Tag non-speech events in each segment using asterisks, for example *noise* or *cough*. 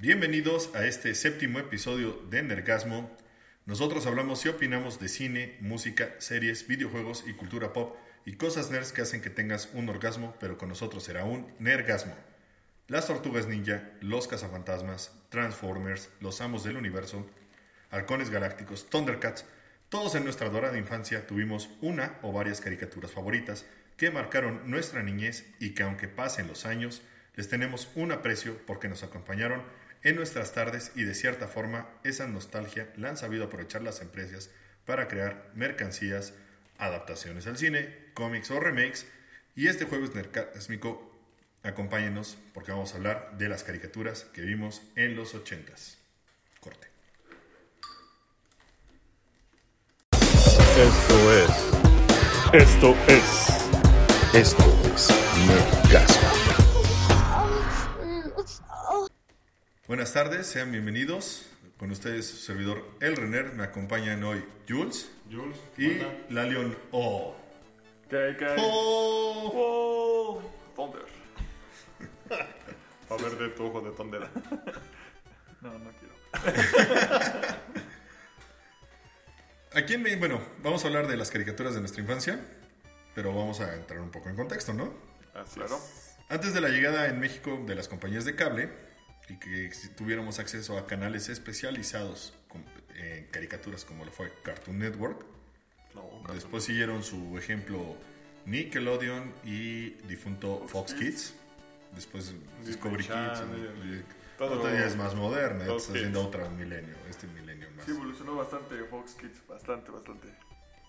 Bienvenidos a este séptimo episodio de Nergasmo. Nosotros hablamos y opinamos de cine, música, series, videojuegos y cultura pop y cosas nerds que hacen que tengas un orgasmo, pero con nosotros será un nergasmo. Las tortugas ninja, los cazafantasmas, Transformers, los amos del universo, halcones galácticos, Thundercats, todos en nuestra dorada infancia tuvimos una o varias caricaturas favoritas que marcaron nuestra niñez y que aunque pasen los años, les tenemos un aprecio porque nos acompañaron en nuestras tardes y de cierta forma esa nostalgia la han sabido aprovechar las empresas para crear mercancías, adaptaciones al cine, cómics o remakes. Y este jueves Nercasmico, acompáñenos porque vamos a hablar de las caricaturas que vimos en los 80s. Corte. Esto es. Esto es. Esto es Nergasmo. Buenas tardes, sean bienvenidos. Con ustedes su servidor El Renner, me acompañan hoy Jules, y la León O. ¿Qué, qué? ¡Oh! Oh, Thunder. A ver de tu ojo de tondera. No, no quiero. ¿A quién me- Bueno, vamos a hablar de las caricaturas de nuestra infancia, pero vamos a entrar un poco en contexto, ¿no? Así Claro. es. Antes de la llegada en México de las compañías de cable y que ex- tuviéramos acceso a canales especializados con- en caricaturas como lo fue Cartoon Network, No, después siguieron su ejemplo Nickelodeon y difunto Fox Kids, después Discovery Kids, Channel, y- todo- otra ya es más moderna, Fox está haciendo Kids. otra milenio, este milenio más. Sí, evolucionó bastante Fox Kids. Bastante, bastante.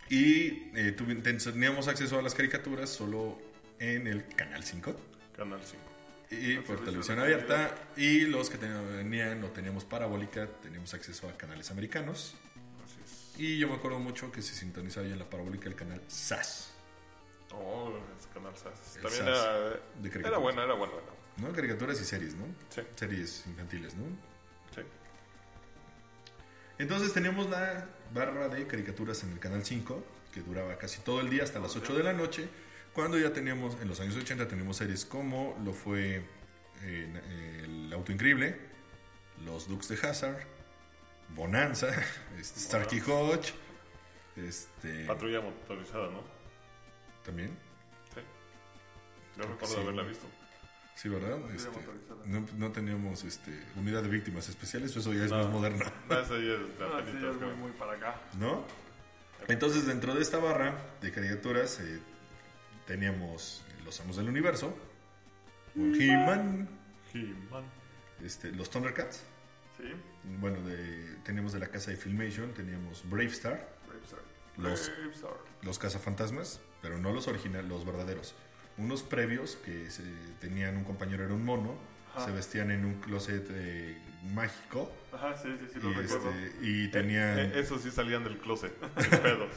Y eh, tuvi- teníamos acceso a las caricaturas solo en el Canal 5 Canal 5. y por servicio televisión de abierta. Y los que tenían o teníamos parabólica, teníamos acceso a canales americanos. Así es. Y yo me acuerdo mucho que se sintonizaba ya en la parabólica el canal SAS, Oh, es Canal SAS. El También SAS era. de Era caricaturas. buena, era buena. era buena. ¿no? Caricaturas y series, ¿no? Sí. Series infantiles, ¿no? Sí. Entonces teníamos la barra de caricaturas en el canal 5, que duraba casi todo el día hasta las 8 de la noche, cuando ya teníamos, en los años 80 teníamos series como lo fue eh, na- eh, El Auto Increíble, Los Dukes de Hazard, Bonanza, *laughs* este, Starkey Hodge, este, Patrulla motorizada, ¿no? también, Sí. Yo recuerdo sí. haberla visto. sí, ¿verdad? Este, no, no teníamos este, unidad de víctimas especiales, eso ya es más moderno. No, esa ya es la Ah, sí, penita, es muy, creo. muy para acá. ¿no? Entonces, dentro de esta barra de caricaturas, eh, teníamos Los Amos del Universo, o el He-Man, He-Man. este, los Thundercats, Sí. bueno, de, teníamos de la casa de Filmation, teníamos Brave Star, Bravestar. Los- Bravestar. los cazafantasmas, pero no los originales, los verdaderos. Unos previos que se- tenían un compañero, era un mono, Ajá. se vestían en un closet eh, mágico Ajá, sí, sí, sí, lo y, recuerdo. E, este, y tenían... Eh, esos sí salían del *laughs* closet. Sin pedos.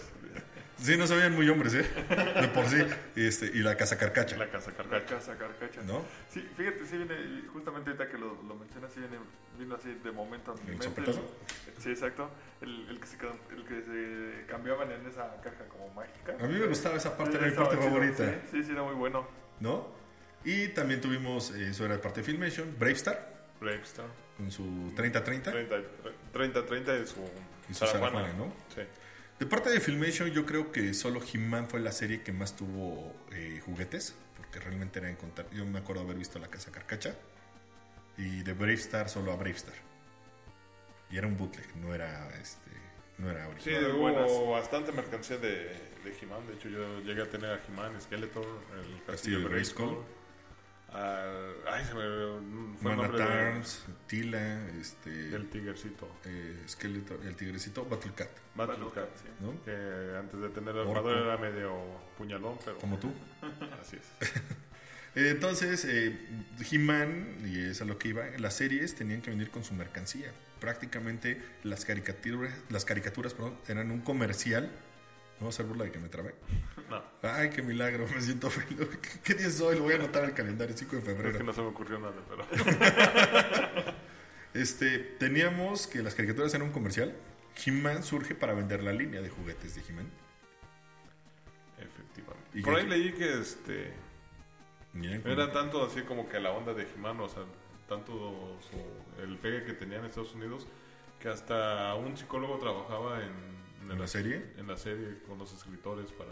Sí, no se veían muy hombres, ¿eh? De por sí. Este, y la casa carcacha. La casa La carcacha. casa carcacha. ¿No? Sí, fíjate, sí viene, justamente ahorita que lo, lo mencionas, sí viene, vino así de momento a mi ¿El mente. sopetazo? Sí, exacto. El, el que se, quedó- el que se cambiaban en esa caja como mágica. A mí me gustaba esa parte, era mi Estaba parte chido, favorita, Sí, sí, sí, era muy bueno. ¿no? Y también tuvimos, eh, eso era parte de Filmation, Bravestar, Brave Star. con su 30-30. 30-30 de su. Y su Sarajuana, Sarajuana, ¿no? Sí. De parte de Filmation, yo creo que solo He-Man fue la serie que más tuvo eh, juguetes, porque realmente era encontrar. Yo me acuerdo haber visto La Casa Carcacha, y de Bravestar solo a Bravestar. Y era un bootleg, no era, este, no era Sí, original. hubo buenas. bastante mercancía de, de He-Man. De hecho, yo llegué a tener a He-Man, Skeletor, el Castillo Castillo de de Grayskull. Grayskull. al- Ay, se me fue el Man nombre at de- Arms, Tila, este, del tigercito. eh, Skeletor, el tigrecito, Battle Cat, Battlecat, sí. ¿no? que antes de tener Orco. armadura era medio puñalón, pero *laughs* Como tú. así es. Eh, Entonces, eh, He-Man, y es a lo que iba, las series tenían que venir con su mercancía. Prácticamente las caricaturas, las caricaturas perdón, eran un comercial. No voy a hacer burla de que me trabé. *laughs* No. Ay, qué milagro, me siento feliz. *laughs* ¿Qué- ¿Qué día es hoy? Lo voy a anotar en el calendario, 5 de Es febrero. que no se me ocurrió nada, *laughs* pero. Este, teníamos que las caricaturas eran un comercial. He-Man surge para vender la línea de juguetes de He-Man. Efectivamente. ¿Y Por qué- ahí leí que este. Miren cómo- Era tanto así como que la onda de He-Man, o sea, tanto su- el pegue que tenía en Estados Unidos, que hasta un psicólogo trabajaba en, en ¿En la serie? En la serie con los escritores para.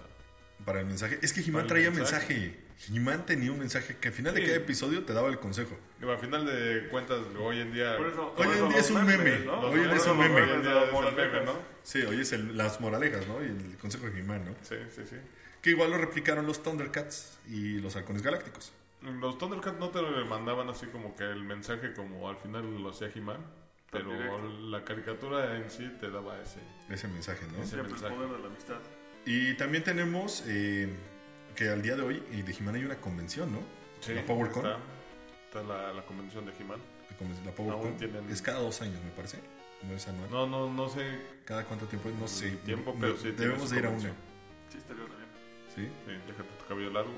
Para el mensaje. Es que Para He-Man el traía mensaje. mensaje. He-Man tenía un mensaje que al final de Sí. cada episodio te daba el consejo. Digo, al final de cuentas, hoy en día. Por eso, Hoy en por día eso es un los meme, memes, ¿no? hoy en día es un Los meme. Hoy en memes de día las es el meme, moralejas. ¿no? Sí, hoy es el- las moralejas, ¿no? Y el consejo de He-Man, ¿no? Sí, sí, sí. Que igual lo replicaron los Thundercats y los Halcones Galácticos. Los Thundercats no te mandaban así como que el mensaje como al final lo hacía He-Man, pero directo. la caricatura en sí te daba ese. Ese mensaje, ¿no? Ese Siempre el mensaje. poder de la amistad. Y también tenemos eh, que al día de hoy y de He-Man hay una convención, ¿no? la PowerCon. Está, está la, la convención de He-Man. La conven- La PowerCon. Aún tienen- Es cada dos años, me parece. No es anual. No, no, no sé. eh, Cada cuánto tiempo, no sé. tiempo, No- pero sí tiene Debemos su de ir a una. convención. Sí, estaría también. ¿Sí? Sí, déjate tu *laughs* cabello largo.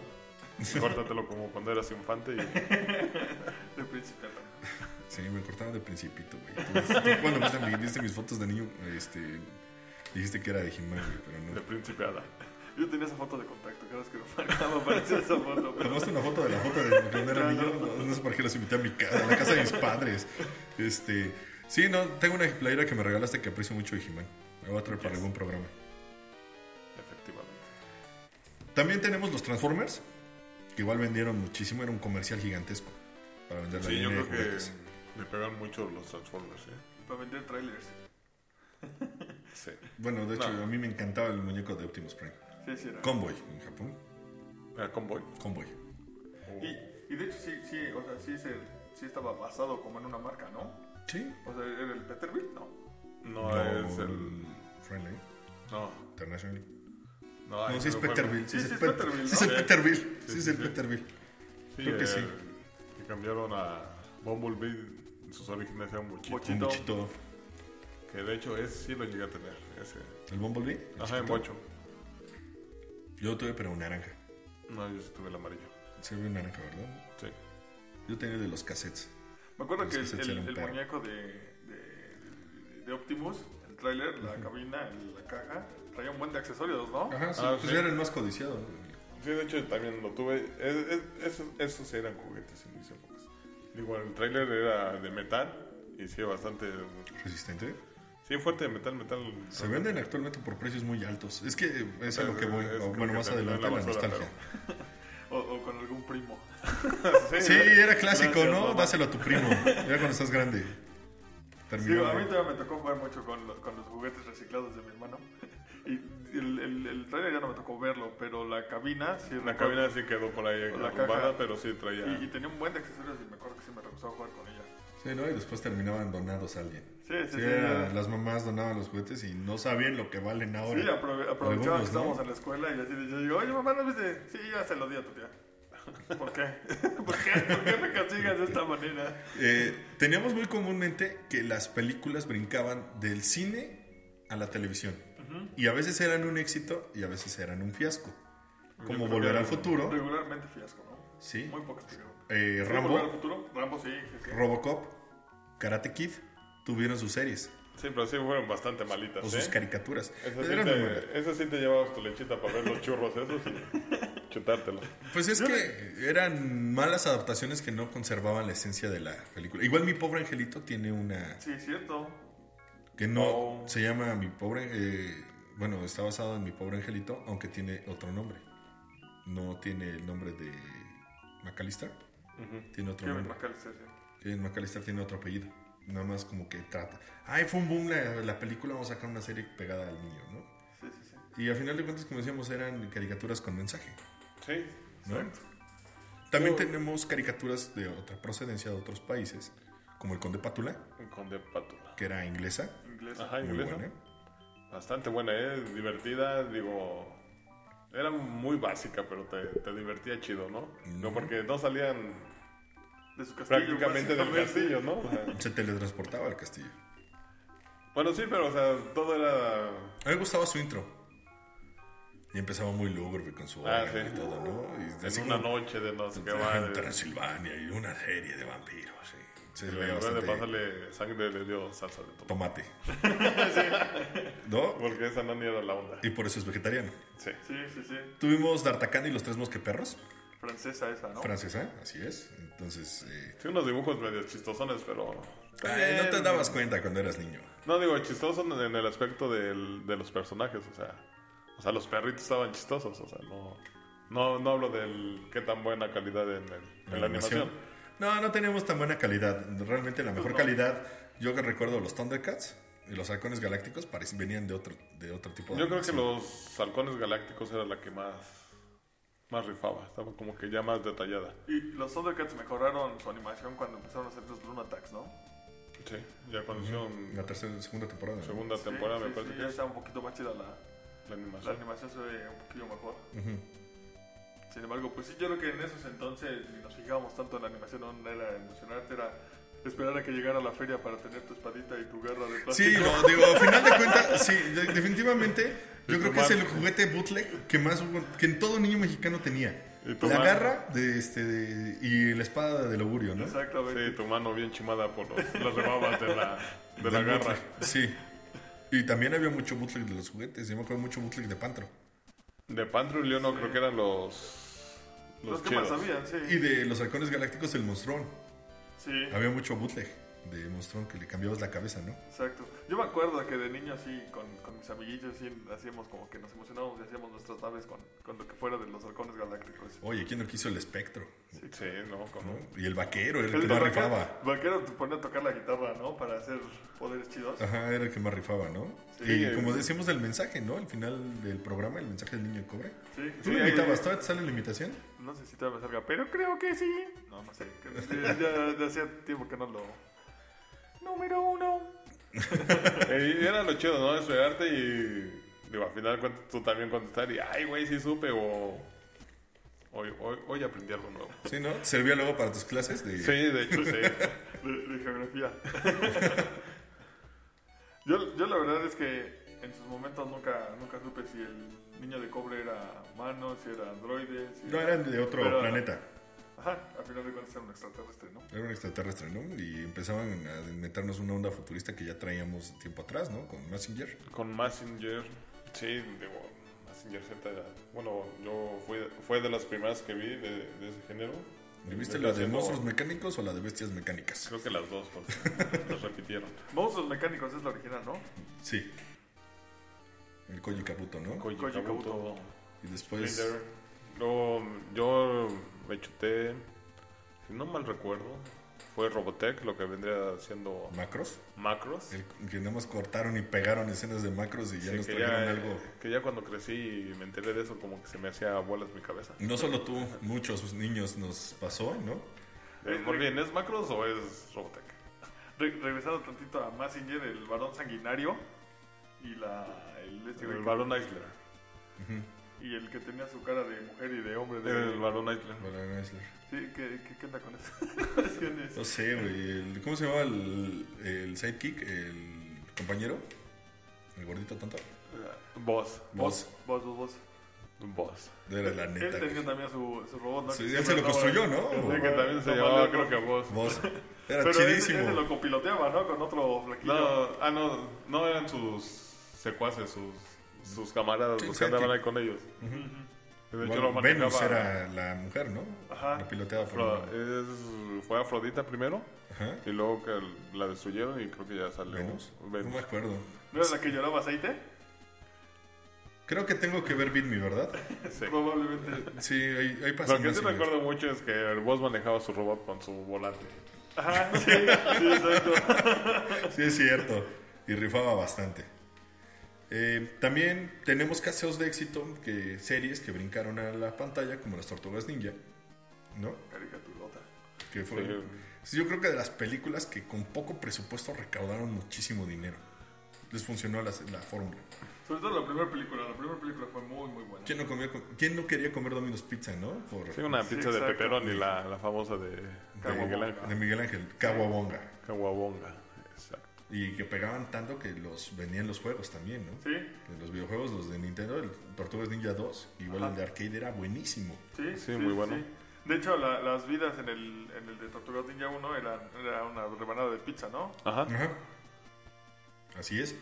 Córtatelo como cuando eras infante y De príncipe. Adam. Sí, me cortaron de principito, güey. Tú- tú cuando viste, mi- viste mis fotos de niño, este, dijiste que era de He-Man, güey, pero de no. príncipe Ada. Yo tenía esa foto de contacto, cada vez que me marcaba *laughs* aparecía esa foto. pero- Tomaste una foto de la foto de cuando era niño. No, no sé por qué los invité a mi casa, a la casa de mis padres. Este, sí, no, tengo una playera que me regalaste que aprecio mucho de He-Man. La voy a traer para algún programa. Efectivamente. También tenemos los Transformers, que igual vendieron muchísimo. Era un comercial gigantesco para vender la Sí, yo línea de creo que juguetes. me pegan mucho los Transformers, ¿eh? Para vender trailers. Sí. Bueno, de hecho, No. a mí me encantaba el muñeco de Optimus Prime. Sí, sí, era. Convoy, en Japón. Ah, Convoy. Convoy. Y, y de hecho, sí, sí, o sea, sí, se, sí estaba basado como en una marca, ¿no? Sí. O sea, era el Peterbilt, no. No, Ah, es el. Friendly No, International. no, No, ahí sí es se me fue. Peterbilt. Sí, Sí, es sí es Pet- Peterbilt, sí es ¿no? el Sí. Peterbilt. Sí, Sí, es sí, el sí. Peterbilt. Sí, Creo que eh, sí. Que cambiaron a Bumblebee, sus orígenes eran Mochito. Un Chito. muchito. Que de hecho ese sí lo llegué a tener. Ese. ¿El Bumblebee? El Ajá, en chiquito. Mocho. Yo lo tuve, pero un naranja. No, yo sí tuve el amarillo. Se ve un naranja, ¿verdad? Sí. Yo tenía el de los cassettes. Me acuerdo Pues que ese el, era el, un perro. muñeco de, de, de Optimus, el trailer, la cabina, el- la caja, traía un buen de accesorios, ¿no? Ajá, sí. Ah, pues sí. era el más codiciado. Sí, de hecho también lo tuve. Es- es- esos, esos eran juguetes en mis épocas. Digo, el tráiler era de metal y sí, bastante. Resistente. Sí, fuerte de metal, metal. Se venden actualmente por precios muy altos. Es que eh, es a lo que voy. Es o, lo bueno, que más te venden adelante en la la basura, nostalgia. O, o con algún primo. *laughs* Sí, era clásico, Gracias, ¿no? mamá. Dáselo a tu primo. Ya cuando estás grande. Sí, Terminó. a mí todavía me tocó jugar mucho con los, con los juguetes reciclados de mi hermano. *laughs* Y el, el, el trailer ya no me tocó verlo, pero la cabina sí La recuerdo- cabina sí quedó por ahí La arrumbada, caja. pero sí traía. Y, y tenía un buen de accesorios y me acuerdo que sí me gustaba jugar con ella. Sí, ¿no? Y después terminaban donados a alguien. Sí, sí, Sí, sí. era- sí. las mamás donaban los juguetes y no sabían lo que valen ahora. Sí, aprove- aprovechaba que Algunos, ¿no? estábamos en la escuela y así le- yo digo, oye mamá, ¿no viste? Sí, ya se lo di a tu tía. *laughs* ¿Por qué? *laughs* ¿Por qué? ¿Por qué me castigas de esta manera? Eh, teníamos muy comúnmente que las películas brincaban del cine a la televisión. Y a veces eran un éxito y a veces eran un fiasco. Como Volver al Futuro, Regularmente fiasco, ¿no? Sí. Muy pocas pegaron. eh, ¿Volver al Rambo, futuro? Rambo, sí. sí, sí. Robocop, Karate Kid, tuvieron sus series Sí, pero sí fueron bastante Ah, malitas. o ¿eh? sus caricaturas. Eso sí, Eran muy malas. te, eso sí te llevabas tu lechita para ver los churros esos y chutártelo. Pues es que eran malas adaptaciones que no conservaban la esencia de la película. Igual mi pobre angelito tiene una Sí, cierto. que no Oh. se llama mi pobre. eh, bueno, está basado en mi pobre angelito, aunque tiene otro nombre. No tiene el nombre de McAllister. Tiene otro Kevin nombre. McAllister, sí. Kevin McAllister tiene otro apellido. Nada más como que trata. Ay, fue un boom la, la película. Vamos a sacar una serie pegada al niño, ¿no? Sí, sí, sí. Y al final de cuentas, como decíamos, eran caricaturas con mensaje. Sí. ¿no? También tenemos caricaturas de otra procedencia de otros países, como el Conde Pátula, Con de pátula. que era inglesa, Inglés. Ajá, muy ¿eh? inglesa. buena. Bastante buena, ¿eh? Divertida, digo. Era muy básica, pero te, te divertía chido, ¿no? No, porque no salían De su castillo. prácticamente del pues, castillo, básicamente. ¿no? O sea, Se teletransportaba al castillo. bueno, sí, pero o sea, todo era. A mí me gustaba su intro. Y empezaba muy lúgubre con su Ah, órgano sí. y todo, ¿no? Y Es así una como- noche de no sé qué Ah, en madre. Transilvania y una serie de vampiros. Sí. Se Y veía En vez de bastante pasarle sangre, le dio salsa de tomate. *laughs* tomate. *laughs* ¿No? Porque esa no ni era la onda. Y por eso es vegetariano. Sí. Sí, sí, sí. Tuvimos D'Artagnan y los tres mosqueperros, Francesa esa, Oh. ¿no? francesa, así es. Entonces, eh, Sí, unos dibujos medio chistosones, pero. ay, no te dabas cuenta cuando eras niño. No, digo, chistosos en el aspecto del- de los personajes, o sea. O sea, los perritos estaban chistosos, o sea, no. No, no hablo del qué tan buena calidad en, el- en la animación. No, no teníamos tan buena calidad. Realmente la mejor calidad, yo que recuerdo los Thundercats y los halcones galácticos parec- venían de otro, de otro tipo de Yo creo que animación. los halcones galácticos era la que más. Más rifaba, estaba como que ya más detallada. Y los Thundercats mejoraron su animación cuando empezaron a hacer los Bloom Attacks, ¿no? Sí, ya cuando hicieron La tercera, segunda temporada. ¿no? segunda Sí, temporada, sí, me parece sí, que ya es está un poquito más chida la, la la animación. animación, se ve un poquito mejor. Sin embargo, pues sí, yo creo que en esos entonces ni nos fijábamos tanto en la animación, no era emocionante, era esperar a que llegara la feria para tener tu espadita y tu guerra de plástico. Sí, no, digo, al final de cuentas, sí, de- definitivamente, yo Y creo tu que es mano. el juguete bootleg que más hubo- que en todo niño mexicano tenía. Y tu La mano. garra de este de- y la espada del augurio, ¿no? Exactamente. Sí, tu mano bien chimada por los- las rebabas de la, de la *laughs* Del garra. bootleg, Sí. Y también había mucho bootleg de los juguetes. Yo me acuerdo mucho bootleg de Pantro. De Pantro y León no creo que eran los. Los, Los que chidos. más sabían, sí. Y de los halcones galácticos, el monstrón. Sí, Había mucho bootleg de monstrón que le cambiabas la cabeza, ¿no? exacto. Yo me acuerdo que de niño así, con, con mis amiguitos, así hacíamos como que nos emocionábamos y hacíamos nuestras naves con, con lo que fuera de los halcones galácticos. Oye, ¿quién no quiso el espectro? Sí, no, ¿no? como. Y el vaquero era el, El que de más vaquero, rifaba. vaquero te pone a tocar la guitarra, ¿no? Para hacer poderes chidos. Ajá, era el que más rifaba, ¿no? Sí, y el- como decíamos del mensaje, ¿no? Al final del programa, el mensaje del niño de cobre. Sí, ¿Tú sí, lo ahí- imitabas? ¿Todavía te sale la imitación? No sé si todavía me salga, pero creo que sí. No, no sé. creo que sí, Ya, ya hacía tiempo que no lo. Número uno. *laughs* Eh, y era lo chido, ¿no? Esperarte y. Digo, al final cuentas tú también contestar y. Ay, güey, sí supe o. Hoy, hoy, hoy aprendí algo nuevo. Sí, ¿no? ¿Te ¿Servía luego para tus clases? De... Sí, de hecho, sí. *laughs* De, de geografía. *laughs* yo, yo la verdad es que en sus momentos nunca, nunca supe si el niño de cobre era humano, si era androide. Si No, eran de otro Pero- planeta. Ajá, al final de cuentas era un extraterrestre, ¿no? Era un extraterrestre, ¿no? Y empezaban a meternos una onda futurista que ya traíamos tiempo atrás, ¿no? Con Messenger. Con Messenger, sí, digo, Messenger Z, era- bueno, yo fui, fue de las primeras que vi de, de ese género. ¿Y ¿Viste Me la de haciendo- monstruos mecánicos o la de bestias mecánicas? Creo que las dos, porque *laughs* las repitieron. Monstruos mecánicos es la original, ¿no? Sí. El Koji Kabuto, ¿no? Koji Koji Kabuto, Kabuto. y después... Splinter. Luego yo me chuté, si no mal recuerdo, fue Robotech, lo que vendría siendo Macros. Macros. El, que nada más cortaron y pegaron escenas de macros y ya Sí, nos que, trajeron ya, eh, algo... que ya cuando crecí y me enteré de eso, como que se me hacía bolas mi cabeza. No solo tú, muchos niños nos pasó, ¿no? Eh, Por bien, ¿es Macros o es Robotech? Re- regresando tantito a Massinger, el varón sanguinario y la el, este güey El que- Barón Eisler. y el que tenía su cara de mujer y de hombre Eh. de, El Barón Eisler. Para Eisler. sí qué qué qué onda con *laughs* eso No sé, güey. el- ¿Cómo se llamaba el, el sidekick? El compañero. El gordito tonto. Vos. Vos. vos vos vos Vos. Era la neta. él tenía güey. también su, su robot ¿no? Sí, Que él siempre se lo andaba- construyó, ¿no? Ah, Sí, que también se No, llamaba, vale, creo no. que Vos. Vos. Era pero él, chidísimo. se lo copiloteaba no con otro flaquillo No, ah, no, no eran sus secuaces, sus, sus camaradas, Sí, los sí, que andaban que- ahí con ellos. De hecho, Bueno, lo manejaba- Venus era la mujer, ¿no? Ajá. La piloteaba por. Afro- es- fue Afrodita primero Ajá. y luego que la destruyeron y creo que ya salió Venus. No eh, Venus. me acuerdo. no era la que lloraba aceite Creo que tengo que ver Beat Me, ¿verdad? Sí. probablemente Sí, ahí, ahí pasa. Lo que más, sí güey. recuerdo mucho es que el Vos manejaba su robot con su volante. ajá sí, sí exacto Sí, es cierto. Y rifaba bastante. Eh, también tenemos casos de éxito, que series que brincaron a la pantalla, como las Tortugas Ninja, ¿no? caricaturota Que fue, Sí. Sí, Yo creo que de las películas que con poco presupuesto recaudaron muchísimo dinero. les funcionó la, la fórmula. Sobre todo la primera película. La primera película fue muy, muy buena. ¿Quién no, comió, ¿Quién no quería comer Domino's Pizza, no? Por, Sí, una pizza de exacto. pepperoni, la, la famosa de de, Miguel Ángel. de Miguel Ángel, Caguabonga. Caguabonga. Exacto. Y que pegaban tanto que los vendían los juegos también, ¿no? Sí, De los videojuegos, los de Nintendo, el Tortugas Ninja 2, igual el de arcade era buenísimo. sí. Sí, muy bueno. De hecho, la- las vidas en el, en el de Tortugas Ninja 1 eran, era una rebanada de pizza, ¿no? Ajá. Ajá. Así es.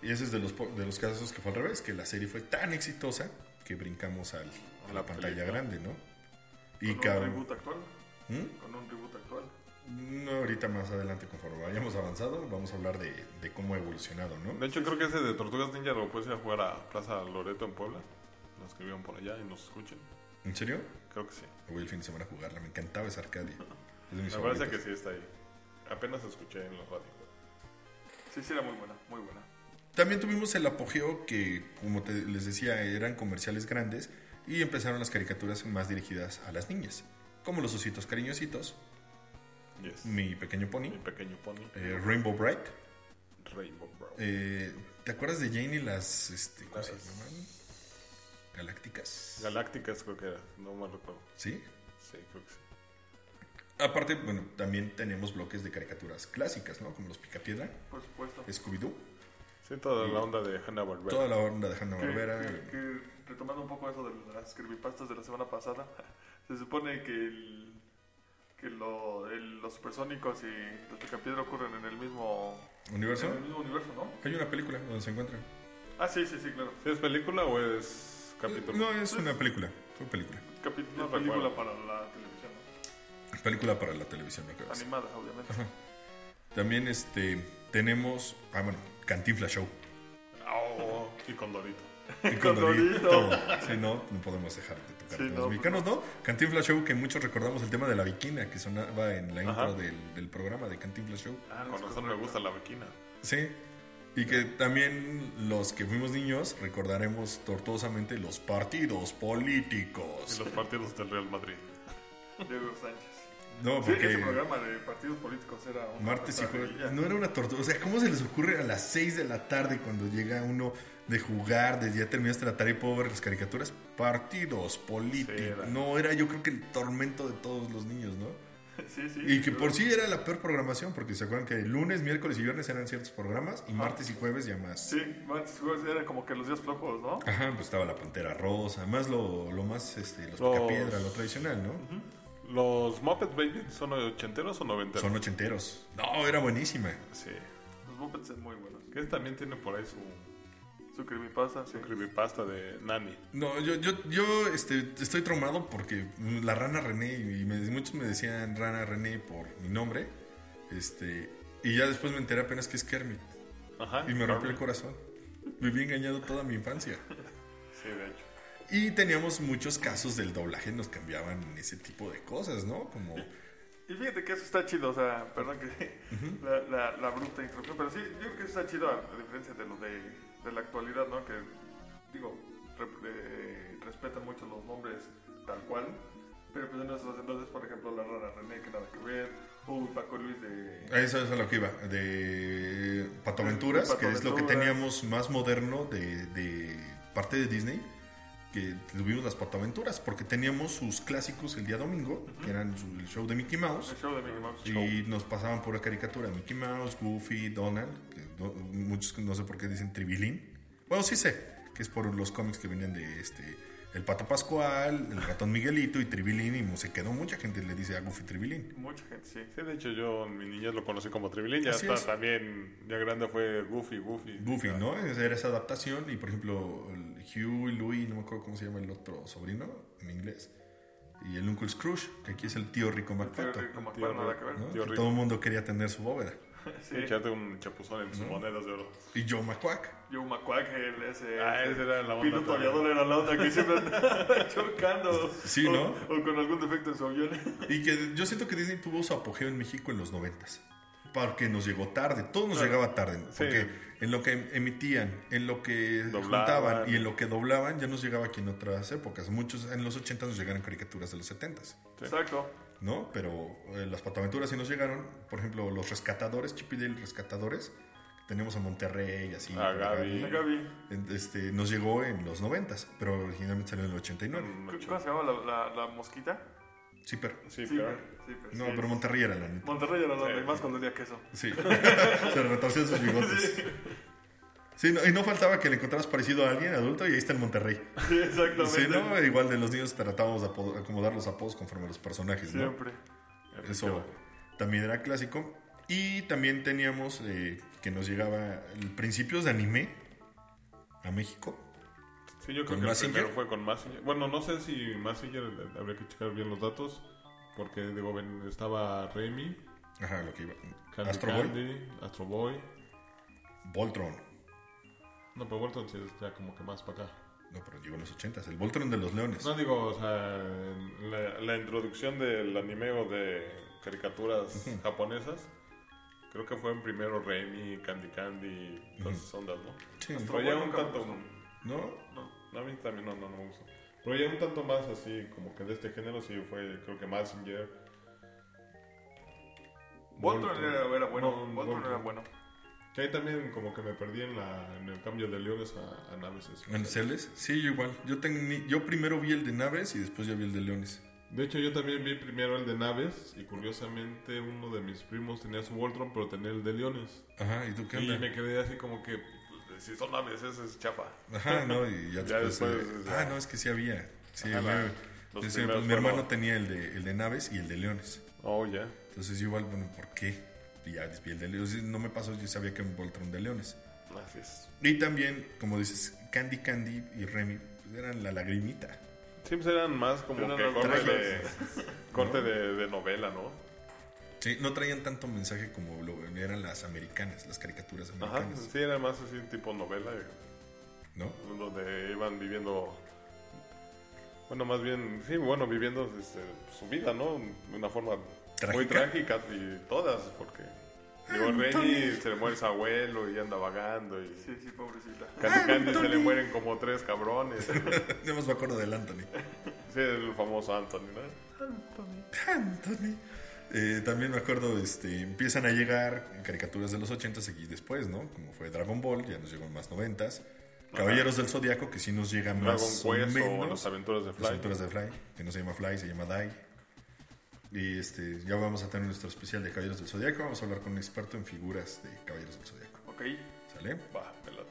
Y ese es de los, po- de los casos que fue al revés, que la serie fue tan exitosa que brincamos al, a la pantalla grande, ¿no? Y ¿Mm? Con un cada reboot actual. Con un reboot actual. No, ahorita más adelante, conforme hayamos avanzado, vamos a hablar de, de cómo ha evolucionado, ¿no? De hecho, creo que ese de Tortugas Ninja lo puedes ir a jugar a Plaza Loreto en Puebla. Los que vivan por allá y nos escuchen. ¿En serio? Creo que sí. Voy el fin de semana a jugarla, me encantaba esa Arcadia. Es de mis Me parece que favoritas. sí está ahí. Apenas escuché en la radio. Sí, sí, era muy buena, muy buena. También tuvimos el apogeo que, como te- les decía, eran comerciales grandes y empezaron las caricaturas más dirigidas a las niñas, como Los Ositos Cariñositos, Yes. Mi, Mi Pequeño Pony, pequeño pony. eh, Rainbow Bright. Rainbow Bro. eh, ¿Te acuerdas de Jane y las... Este, ¿Cómo se llaman? Galácticas. Galácticas creo que era. No me recuerdo. ¿Sí? Sí, creo que sí. Aparte, bueno, también tenemos bloques de caricaturas clásicas, ¿no? Como Los Picapiedra, Por supuesto. Scooby-Doo, Sí, toda la onda de Hanna toda Barbera. la onda de Que- Hanna-Barbera. que- que, retomando un poco eso de las creepypastas de la semana pasada, *laughs* se supone que, el- que lo- el- los supersónicos y los picapiedra ocurren en el mismo, ¿Universo? en el mismo universo, ¿no? Hay una película donde se encuentran. Ah, sí, sí, sí, claro. ¿Sí ¿Es película o es capítulo? No, es una película. Fue película. Capítulo, recuerdo. película para la televisión, ¿no? Película para la televisión, me acuerdo. animada, obviamente. También este, tenemos, ah, bueno, Cantinflas *laughs* Show. Oh, y con Dorito. Y Con Dorito. Sí, no, no podemos dejar de tocar Sí, temas no. mexicanos, ¿no? Cantinflas Show, que muchos recordamos el tema de la viquina que sonaba en la intro del, del programa de Cantinflas Show. Ah, con razón me gusta la vaquina. Sí. Y que también los que fuimos niños recordaremos tortuosamente los partidos Y políticos. los partidos del Real Madrid. Diego Sánchez. No, Sí, porque ese programa de partidos políticos *laughs* era un martes y maravilla. jueves. No era una tortura. O sea, ¿cómo se les ocurre a las 6 de la tarde cuando llega uno de jugar, de ya terminaste la tarea y puedo ver las caricaturas? Partidos Sí, políticos. era. No, era yo creo que el tormento de todos los niños, ¿no? Sí, sí. Y que por sí era la peor programación, porque se acuerdan que lunes, miércoles y viernes eran ciertos programas y martes y jueves ya más. Sí, martes y jueves era como que los días flojos, ¿no? Ajá, pues estaba la Pantera Rosa, más lo, lo más, este, los Los- picapiedra, lo tradicional, ¿no? ¿Los Muppet Baby son ochenteros o noventeros? Son ochenteros. No, era buenísima. Sí. Los Muppets eran muy buenos. Que este también tiene por ahí su Su creepypasta, sí. creepypasta de Nani. No, yo, yo, yo este, estoy traumado porque la rana René, y me- muchos me decían rana René por mi nombre, este, y ya después me enteré apenas que es Kermit, Ajá. y me rompió el corazón. Viví engañado toda mi infancia. Sí, de hecho. Y teníamos muchos casos del doblaje, nos cambiaban ese tipo de cosas, ¿no? Como... Y fíjate que eso está chido, o sea, perdón que *laughs* la, la, la bruta introducción, pero sí, yo creo que eso está chido a, a diferencia de lo de, de la actualidad, ¿no? Que, digo, rep- eh, respetan mucho los nombres tal cual, pero pues en nuestros entonces, por ejemplo, la rara René, que nada que ver, o Paco Luis de... Eso es a lo que iba, de Patoaventuras, De que es lo que Patoaventuras. teníamos más moderno de, de parte de Disney, que tuvimos las Patoaventuras, porque teníamos sus clásicos el día domingo, que eran su- el show de Mickey Mouse, El show de Mickey Mouse. y nos pasaban pura caricatura, Mickey Mouse, Goofy, Donald, que do- muchos no sé por qué dicen Tribilín. Bueno, sí sé, que es por los cómics que vienen de este... El Pato Pascual, el ratón Miguelito y Tribilín, y se quedó mucha gente le dice a Goofy Tribilín. Mucha gente, sí. Sí, de hecho yo en mi niñez lo conocí como Tribilín. Ya Así está es. también, ya grande fue Goofy, Goofy. Goofy, ¿no? Era esa adaptación y por ejemplo el Hugh y Louis, no me acuerdo cómo se llama el otro sobrino en inglés, y el Uncle Scrooge, que aquí es el tío rico Tío MacPato, ¿no? Rico, como acuerdo, nada que ver. ¿no? Que Tío rico. todo el mundo quería tener su bóveda. Sí, Echate un chapuzón en sus monedas de oro. Y Joe McQuack. Joe McQuack, el, ese... Ah, esa era la onda Piloto también. aviador era la onda que siempre andaba *laughs* chocando. Sí, o- ¿no? O, con algún defecto en su avión. Y que yo siento que Disney tuvo su apogeo en México en los noventas. Porque nos llegó tarde, todo nos llegaba tarde. Porque en lo que emitían, en lo que Doblaban. juntaban y en lo que doblaban, ya nos llegaba aquí en otras épocas. Muchos en los ochentas nos llegaron caricaturas de los setentas. Exacto. ¿no? Pero eh, las pataventuras sí nos llegaron. Por ejemplo, los rescatadores, Chip y Dale rescatadores, Tenemos a Monterrey, así. A por Gaby. La Gaby. Gaby. En- Este, nos llegó en los 90, pero originalmente salió en el 89. ¿Cu- ¿Cómo se llama la, la, la mosquita? Sí, pero. Sí, Sí, pero. pero- sí, pero- No, sí. pero Monterrey era la neta. Monterrey era donde Sí. más cuando *laughs* olía queso. Sí. *laughs* Se retorció sus bigotes. Sí, no- y no faltaba que le encontraras parecido a alguien adulto y ahí está el Monterrey. Sí, exactamente. Sí, ¿no? Igual de los niños tratábamos de apo- acomodar los apodos conforme a los personajes, ¿no? Siempre. Eso también era clásico. Y también teníamos eh, que nos llegaba el principios de anime a México. Sí, yo ¿Con creo que el Mazinger? primero fue con Massinger. Bueno, no sé si Massinger, habría que checar bien los datos. Porque, digo, ven, estaba Remy, Ajá, lo que iba. Candy Astro Boy, Candy, Astro Boy. Voltron. No, pero Bolton sí está como que más para acá. No, pero llegó en los ochentas. El Voltron de los Leones. No digo, o sea, en la, la introducción del anime o de caricaturas japonesas, creo que fue en primero Remy, Candy Candy, todas esas ondas, ¿no? Sí. Pero ya un nunca me tanto... ¿No? No, a mí también no, no, no me gusta. Pero ya un tanto más así, como que de este género, sí fue, creo que Mazinger. Voltron era, era bueno. No, Voltron era bueno. Que ahí también como que me perdí en, la, en el cambio de leones a, a naves. espaciales. ¿En Celes? Sí, yo igual. Yo, teni- yo primero vi el de naves y después ya vi el de leones. De hecho, yo también vi primero el de naves y curiosamente uno de mis primos tenía su Voltron, pero tenía el de leones. Ajá, ¿y tú qué Y onda? me quedé así como que, pues, si son naves, ese es chafa. Ajá, no, y ya, *laughs* Ya después. después, eh, ya. ah, no, es que sí había. Sí, Ajá, había- la- los Entonces, primeros mi hermano fueron- tenía el de, el de naves y el de leones. Oh, ya. Entonces yo igual, bueno, ¿por qué? Y ya desvié el de leones. Entonces, No me pasó, yo sabía que era un Voltron de leones. Así es. Y también, como dices, Candy Candy y Remy pues, eran la lagrimita. Sí, pues eran más como Eran que los corte, de, trailers. corte de, de novela, ¿no? Sí, no traían tanto mensaje como lo eran las americanas, las caricaturas Ajá, americanas. sí, era más así tipo novela, eh, ¿No? *laughs* donde iban viviendo, bueno, más bien, sí, bueno, viviendo este, su vida, ¿no? De una forma muy Trágica. trágica y todas, porque digo, Reni se le muere su abuelo y anda vagando y Sí, sí, pobrecita. casi casi se le mueren como tres *laughs* cabrones. Nada más me acuerdo del Anthony. Sí, el famoso Anthony, ¿no? Anthony. Eh, también me acuerdo, este, empiezan a llegar caricaturas de los 80s y después, ¿no? Como fue Dragon Ball, ya nos llegó en más 90s. Caballeros del Zodiaco, que sí nos llega Dragon más o Quest o menos. Las Aventuras de Las Fly. aventuras de Fly, que no se llama Fly, se llama Dai. Y este, ya vamos a tener nuestro especial de Caballeros del Zodiaco. Vamos a hablar con un experto en figuras de Caballeros del Zodiaco. Ok. ¿Sale? Va, me late.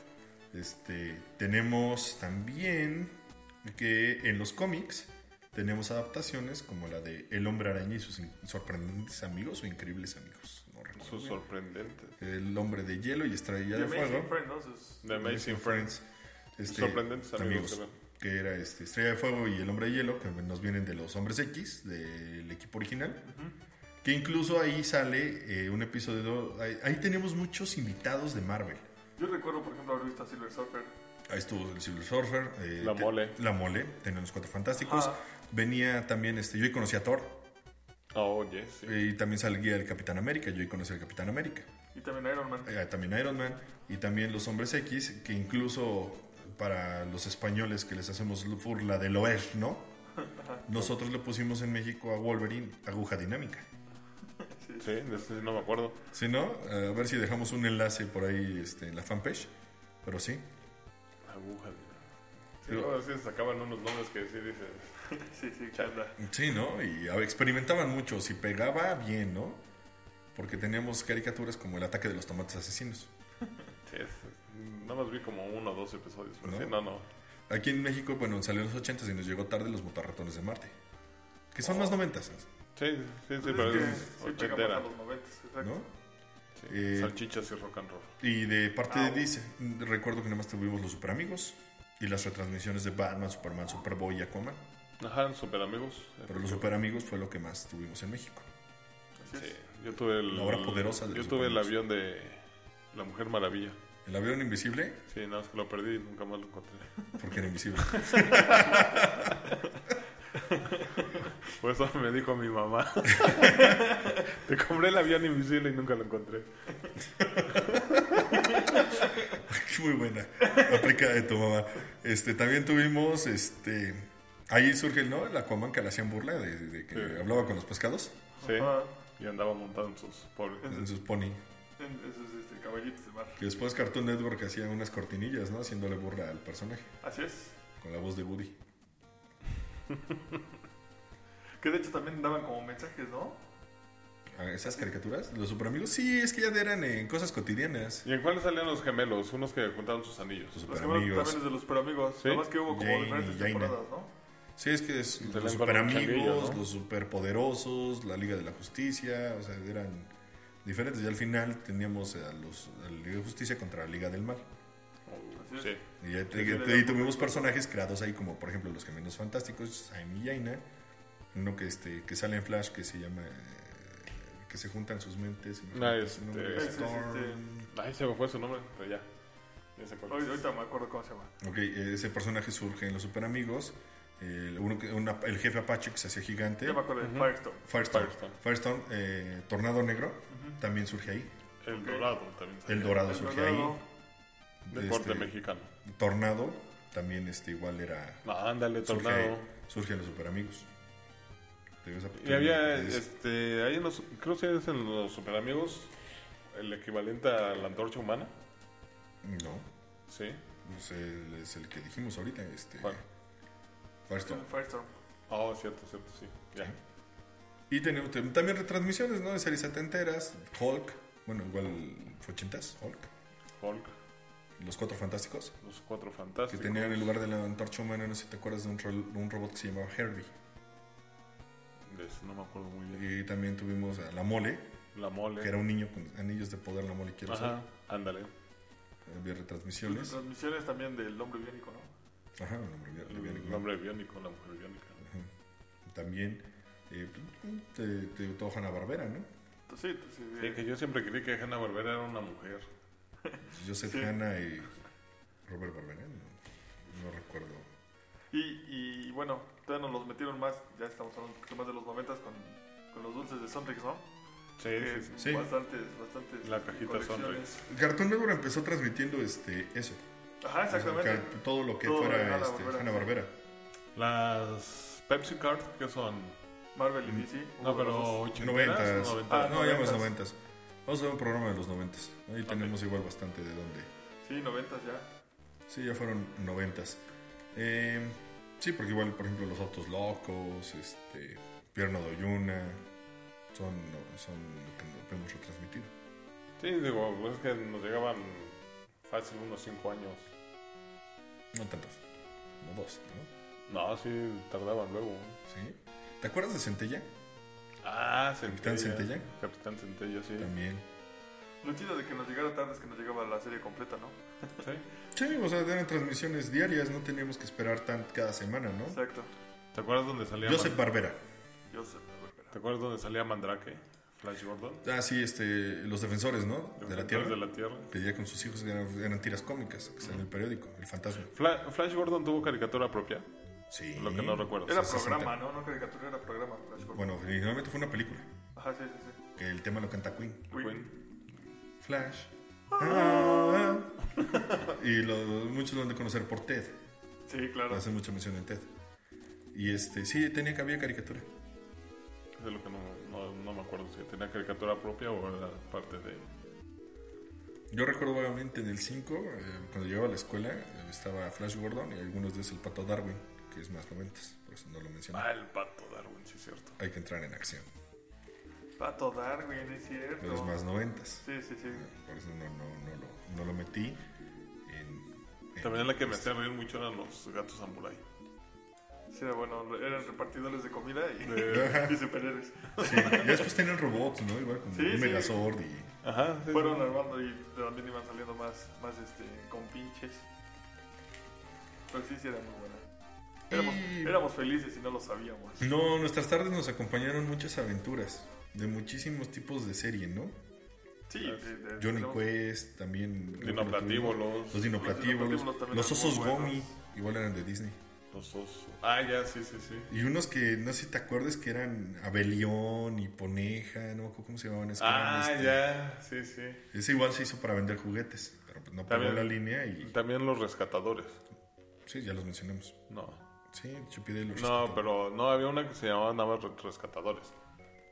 Este, tenemos también que en los cómics tenemos adaptaciones como la de El Hombre Araña y sus in- sorprendentes amigos o increíbles amigos. No recuerdo Sus bien. sorprendentes. El Hombre de Hielo y Estrella de The Fuego. Amazing Friend, ¿no? Sus- The Amazing Friends. Este, Sorprendentes amigos, que era este, Estrella de Fuego y El Hombre de Hielo, que nos vienen de los Hombres X, del equipo original. Que incluso ahí sale eh, un episodio. Ahí, ahí tenemos muchos invitados de Marvel. Yo recuerdo, por ejemplo, haber visto a Silver Surfer. Ahí estuvo el Silver Surfer. eh, La te- Mole. La Mole, tenía los Cuatro Fantásticos. Ajá. Venía también, este, yo ahí conocí a Thor. Oh, yes, sí. eh, Y también salía el Capitán América, yo ahí conocí al Capitán América. Y también Iron Man. Eh, también Iron Man. Y también los Hombres X, que incluso para los españoles que les hacemos furla del oer, ¿no? Nosotros le pusimos en México a Wolverine aguja dinámica. Sí, de ese no me acuerdo. Si no, a ver si dejamos un enlace por ahí este, en la fanpage. Pero sí. Aguja. mira. Sí, Pero- luego así sacaban unos nombres que sí dices. *laughs* Sí, sí, chanda. Sí, ¿no? Y a ver, experimentaban mucho. Si pegaba, bien, ¿no? Porque teníamos caricaturas como el ataque de los tomates asesinos. Sí, es- nada más vi como uno o dos episodios. Pero ¿No? ¿No? sí, no, no. Aquí en México, bueno, salió en los 80 y nos llegó tarde los motarratones de Marte. Que son más 90 Sí, sí, sí, pero que es sí llegamos ochentera. a los noventas, exacto. ¿no? Sí, Eh, Salchichas y rock and roll. Y de parte de Dice, recuerdo que nada más tuvimos los Super Amigos y las retransmisiones de Batman, Superman, Superboy y Aquaman. Ajá, super amigos. Pero los Super Amigos fue lo que más tuvimos en México. Sí, Este, yo tuve el. La hora poderosa de Yo los tuve el Superamigos. avión de La Mujer Maravilla. El avión invisible, Sí, nada más que lo perdí y nunca más lo encontré. *laughs* porque era invisible. *laughs* Por eso me dijo mi mamá. *laughs* Te compré el avión invisible y nunca lo encontré. Muy buena. Aplica de tu mamá. Este, también tuvimos, este... Ahí surge el, ¿no? El Aquaman que le hacían burla de, de que Sí. hablaba con los pescados Sí. Ajá. Y andaba montando en sus pobres. en sus pony. En- Esos este, caballitos de mar. Que después Cartoon Network hacía unas cortinillas, ¿no? Haciéndole burla al personaje, Así es. con la voz de Woody. Que de hecho también daban como mensajes, ¿no? Ah, ¿Esas caricaturas? ¿Los super amigos? Sí, es que ya eran en cosas cotidianas. ¿Y en cuáles salían los gemelos? Unos que juntaron sus anillos. Los Los super gemelos amigos. también es de los super amigos. Sí. Además que hubo como Jane y diferentes Jaina. temporadas, ¿no? Sí, es que es Salían los con super un changuillo, amigos, ¿no? los super poderosos, la Liga de la Justicia, o sea, eran diferentes. Y al final teníamos a los a la Liga de Justicia contra la Liga del Mal. Así es. Sí. Y ya te- te- ahí tuvimos personajes creados ahí, como por ejemplo los gemelos fantásticos, Jaime y Jaina. Uno que, este, que sale en Flash que se llama. eh, que se juntan sus mentes. se me Ah, junta su este- nombre, Ese es este- Storm. Ay, se me fue su nombre, pero ya. Ya sé cuál Hoy- es. Ahorita me acuerdo cómo se llama. Ok, ese personaje surge en los Super Amigos. El, uno que- una- el jefe Apache que se hacía gigante. Ya me acuerdo de Firestone. Firestorm. Firestorm. Firestorm, eh, Tornado Negro, también surge ahí. El dorado también. El Dorado El surge Dorado. ahí. De corte Este, mexicano. Tornado también este, igual era. No, ándale, Surge, tornado. surge en los Super Amigos. Te digo, esa- Y había, es- este, ahí en los, creo que es en los super amigos, el equivalente a la antorcha humana, No, ¿sí? pues el- es el que dijimos ahorita. Este, ¿Cuál? Firestorm. Firestone. Oh, cierto, cierto, sí. Ya. Y tenemos te- también retransmisiones, ¿no? De series setenteras. Hulk, bueno, igual fue ochentas, Hulk. Hulk, Los Cuatro Fantásticos. los cuatro Que fantásticos. tenían en lugar de la antorcha humana, no sé si te acuerdas de un, rol- un robot que se llamaba Herbie. De ese no me acuerdo muy bien. Y también tuvimos a La Mole, La mole. que era un niño con anillos de poder, La Mole quiero Ajá, ser. ándale. Había retransmisiones. Transmisiones también del hombre biónico, ¿no? Mm. Ajá, un hombre bien- bien- El hombre biónico, la mujer biónica. También eh, te, te gustó Hanna Barbera, ¿no? Entonces, sí, entonces, Sí, eh, que yo siempre creí que Hanna Barbera era una mujer. Joseph Hanna y Robert Barbera, no, no recuerdo. Y, y bueno, todavía nos los metieron más, ya estamos hablando un poquito más de los noventas con, con los dulces de Sonrix, ¿no? Sí, Que sí, sí. sí. Bastantes, bastantes. La cajita colecciones. Sonrix. Cartoon Network empezó transmitiendo este, eso, Ajá, o sea, exactamente. car- todo lo que Todo lo de fuera Hanna este, Barbera. Hanna Barbera. Las Pepsi Card, que son? Marvel y DC. No, uno de los pero dos. 80 Noventas. Ah, no, ya más noventas. noventas. Vamos a ver un programa de los noventas. Ahí tenemos igual bastante de dónde. Sí, noventas ya. Sí, ya fueron noventas. Eh, sí, porque igual, por ejemplo, los autos locos, este, Pierna de Oyuna, son, no, son lo que no- que hemos retransmitido. Sí, digo, pues es que nos llegaban fácil unos 5 años. No tantos, como dos, ¿no? No, sí, tardaban luego. Sí. ¿Te acuerdas de Centella? Ah, Centella. Capitán Centella. Capitán Centella, sí. También. Lo chido de que nos llegara tarde es que nos llegaba la serie completa, ¿no? Sí. Sí, o sea, eran transmisiones diarias, no teníamos que esperar tan, cada semana, ¿no? Exacto. ¿Te acuerdas dónde salía? Joseph Man- Barbera. Yo sé, la verdad. ¿Te acuerdas dónde salía Mandrake? Flash Gordon. Ah, sí, este, los defensores, ¿no? de la Tierra. De la Tierra. Pedía con sus hijos, eran, eran tiras cómicas, que salen en el periódico, El Fantasma. Fla- Flash Gordon tuvo caricatura propia. Sí. Lo que no recuerdo. Era Sí, sí, programa, sí. ¿no? No caricatura, era programa. Flash Gordon. Bueno, finalmente fue una película, Ajá, sí, sí, sí. que el tema lo canta Queen. Queen. Flash. Ah. y lo- muchos lo han de conocer por Ted. Sí, claro. Hacen mucha mención en Ted. Y este, sí, tenía que había caricatura. Es de lo que no, no, no me acuerdo si tenía caricatura propia o era parte de. Yo recuerdo vagamente en el 5, eh, cuando llegaba a la escuela, eh, estaba Flash Gordon y algunos de ellos el pato Darwin, que es más 90, por eso no lo mencioné. Ah, el pato Darwin, sí, cierto. Hay que entrar en acción, Pato Darwin, es pero es cierto. más 90. Sí, sí, sí. Por eso no, no, no, lo, no lo metí. en- en- También la que me hacía reír mucho eran los gatos samurai. Sí, era bueno, eran repartidores de comida y, *laughs* y superhéroes. *laughs* Sí, ya después tenían robots, ¿no? Igual como Sí, un sí. Megazord y... Ajá, sí. Fueron armando y también iban saliendo más, más este, con pinches. Pero sí, sí, era muy buena. Éramos, Y- éramos felices y no lo sabíamos. No, nuestras tardes nos acompañaron muchas aventuras de muchísimos tipos de serie, ¿no? Sí, de- de- Johnny tenemos- Quest, también... Dinoplatívolos. Los dinoplatívolos. Los dinoplatívolos también Los eran osos muy buenos. gomi, igual eran de Disney. Los osos. Ah, ya, sí, sí, sí. Y unos que, no sé si te acuerdas, que eran Abelión y Poneja, no me acuerdo cómo se llamaban. Es que eran, Ah, este, ya, sí, sí. Ese igual se hizo para vender juguetes, pero pues no pegó También. la línea y... También los rescatadores. Sí, ya los mencionamos. No. Sí, Chupide y los No, rescató. pero no había una que se llamaba nada más Re- rescatadores.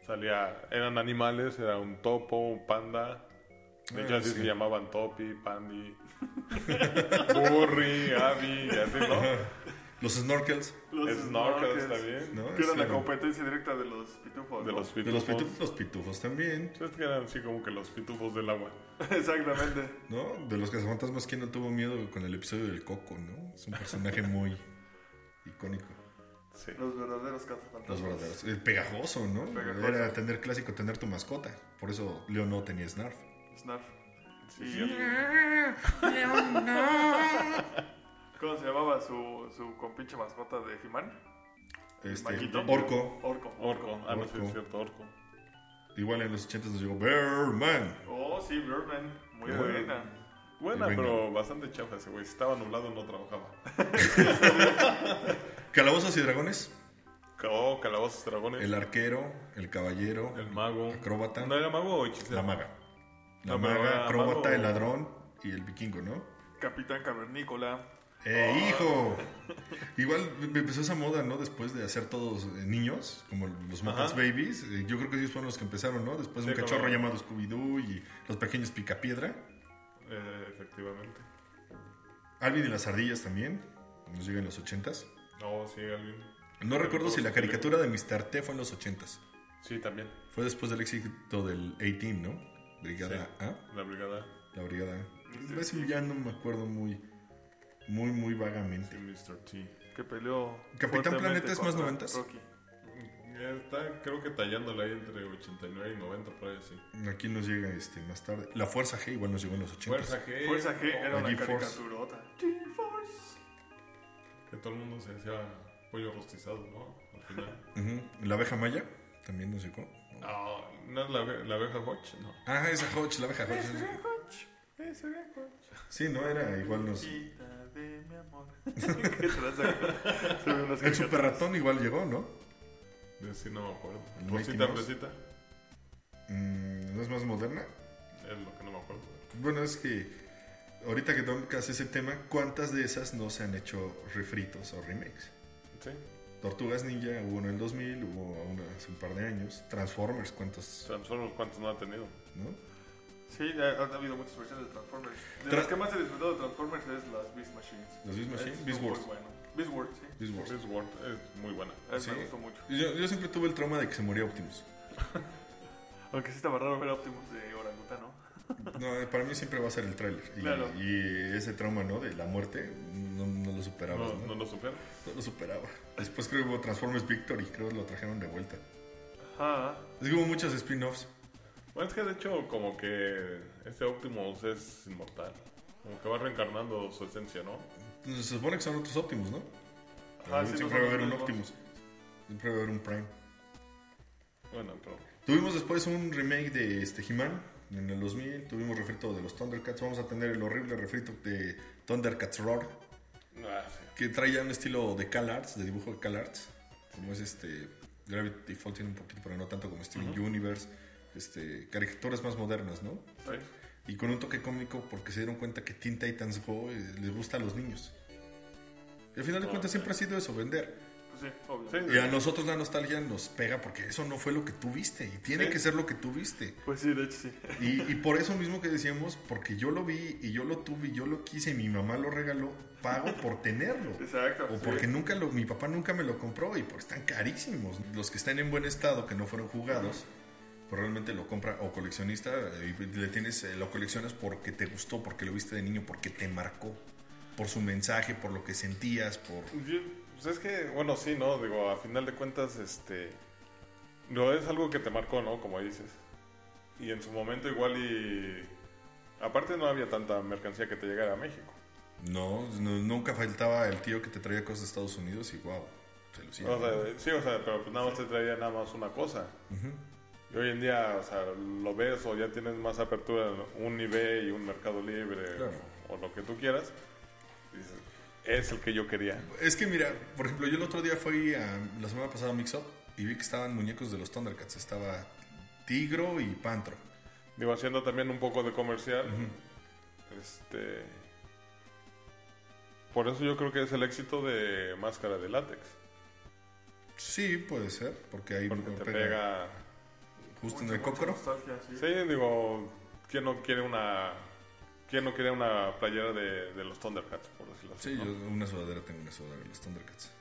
Salía, eran animales, era un topo, un panda, De Ah, hecho, así se llamaban Topi, *laughs* Pandy, Burry, Abby, y así, ¿no? Los snorkels. Los Snorkels snorkels. también. Pues ¿no? Que era Sí, la ¿no? competencia directa de los pitufos. De ¿no? los De los pitufos. pitufos, los pitufos también, ¿Sabes que eran así como que los pitufos del agua? *laughs* Exactamente. ¿no? De los cazafantasmas, ¿quién no tuvo miedo con el episodio del Coco, no? Es un personaje muy icónico. Sí. Los Los verdaderos cazafantasmas. verdaderos. El pegajoso, ¿no? Pegajoso. Era tener clásico, tener tu mascota. Por eso Leo no tenía Snarf. Snarf. Y- ¿Cómo se llamaba su, su compinche mascota de He-Man? Este, Maguito. Orco. Orco. Orco. Ah, no, sí, Orco. es cierto, Orco. Igual en los 80 nos llegó Bearman. Oh, sí, Birdman. Muy Birdman. buena. Buena, Y venga. pero bastante chafa ese güey. Si estaba nublado, no trabajaba. *laughs* Calabozos y dragones. Oh, calabozos, dragones. El arquero, el caballero, El mago. Acróbata. ¿No era mago o hechicero? la maga. La No, pero maga, era acróbata, mago. el ladrón y el vikingo, ¿no? Capitán Cavernícola. ¡Eh, hijo! Igual me- me empezó esa moda, ¿no? Después de hacer todos eh, niños, como los Muppets Babies. Eh, Yo creo que ellos fueron los que empezaron, ¿no? Después Sí, un cachorro como- llamado Scooby-Doo y los pequeños Picapiedra. Eh, efectivamente. Alvin y las ardillas también. Nos llega en los ochentas. No, sí, alguien. No recuerdo si la caricatura de Mr. T fue en los ochentas. Sí, también. Fue después del éxito del A-Team, ¿no? Brigada A. La brigada. La brigada. A. Ese ya no me acuerdo muy, muy, muy Sí, vagamente. Mr. T. Que peleó. Capitán fuertemente Planeta es más contra noventas. Rocky. Está, creo que tallándola ahí entre 89 y 90, por ahí así. Aquí nos llega este más tarde. La Fuerza G igual nos llegó en los 80. Fuerza G. Fuerza G era una Eh, G-Force. caricaturota. G-Force. Que todo el mundo se hacía pollo rostizado, ¿no? Al final. *laughs* Ujú. La abeja maya también nos llegó. No, ¿no es la, abe- la abeja Hodge? No. Ah, esa Hodge, la abeja Hodge. Ese viejo. Sí, no era igual nos. Chiquita de mi amor. *laughs* ¿Qué traza? Se ven El unas caricaturas. super ratón igual llegó, ¿no? De sí no me acuerdo. ¿El Mickey Rosita, Mouse? Rosita. Mm, ¿No es más moderna? Es lo que no me acuerdo. Bueno, es que ahorita que tocas ese tema, ¿cuántas de esas no se han hecho refritos o remakes? Sí. Tortugas Ninja hubo en el 2000, hubo una hace un par de años. Transformers, ¿cuántos? Transformers, ¿cuántos no ha tenido? ¿No? Sí, ha, han habido muchas versiones de Transformers. De Tra- las que más he disfrutado de Transformers es las Beast Machines. Las Beast Machines, Es Beast muy Wars. bueno. Beast Wars, sí. Beast Wars. Chris Ward es muy buena. A él Sí. me gustó mucho. Yo, yo siempre tuve el trauma de que se moría Optimus. Aunque sí estaba raro ver a Optimus de orangután, ¿no? No, eh, para mí siempre va a ser el tráiler. Y, Claro. y ese trauma, ¿no? De la muerte, no, no lo superabas, No, ¿no? no lo supera. No lo superaba. Después creo que hubo Transformers Victory, creo que lo trajeron de vuelta. Ajá. Es que hubo muchos spin-offs. Bueno, es que de hecho como que este Optimus es inmortal. Como que va reencarnando su esencia, ¿no? Pues, Se supone que son otros Optimus, ¿no? Ajá, Ah, sí, siempre no va a haber son un los mismos. Optimus. Siempre va a haber un Prime. Bueno, pero... Tuvimos después un remake de este He-Man en el 2000. Tuvimos refrito de los Thundercats. Vamos a tener el horrible refrito de Thundercats Roar, Ah, sí. que trae ya un estilo de Cal Arts, de dibujo de Cal Arts. Como es este. Gravity Falls tiene un poquito, pero no tanto como Steven Universe. Este, caricaturas más modernas, ¿no? Sí. Y con un toque cómico porque se dieron cuenta que Teen Titans Go eh, les gusta a los niños. Y al final de cuentas siempre ha sido eso, vender. Pues sí, obvio. Sí. Y a nosotros la nostalgia nos pega porque eso no fue lo que tú viste y tiene Sí. que ser lo que tú viste. Pues sí, de hecho sí. Y, y por eso mismo que decíamos, porque yo lo vi y yo lo tuve y yo lo quise y mi mamá lo regaló, pago por tenerlo. Exacto. O sí. porque nunca lo, mi papá nunca me lo compró y porque están carísimos. Los que están en buen estado, que no fueron jugados, pues realmente lo compra o coleccionista eh, y le tienes, eh, lo coleccionas porque te gustó, porque lo viste de niño, porque te marcó, por su mensaje, por lo que sentías, por... Yo- Pues es que, bueno, sí, ¿no? Digo, a final de cuentas, este. No es algo que te marcó, ¿no? Como dices. Y en su momento, igual y. Aparte, no había tanta mercancía que te llegara a México. No, no, nunca faltaba el tío que te traía cosas de Estados Unidos y wow, se lucía. O sea, sí, o sea, pero pues nada más te traía nada más una cosa. Y hoy en día, o sea, lo ves o ya tienes más apertura en un eBay y un Mercado Libre Claro. o, o lo que tú quieras. Dices, es el que yo quería. Es que mira, por ejemplo, yo el otro día fui a, la semana pasada a Mix Up y vi que estaban muñecos de los Thundercats, estaba Tigro y Pantro. Digo, haciendo también un poco de comercial. Este. Por eso yo creo que es el éxito de Máscara de Látex. Sí, puede ser, porque ahí Porque me te pega pega. justo en el cócoro. Nostalgia, sí. Sí, digo. ¿Quién no quiere una... ¿Quién no quiere una playera de, de los Thundercats, por decirlo así? Sí, ¿no? yo una sudadera tengo una sudadera de los Thundercats.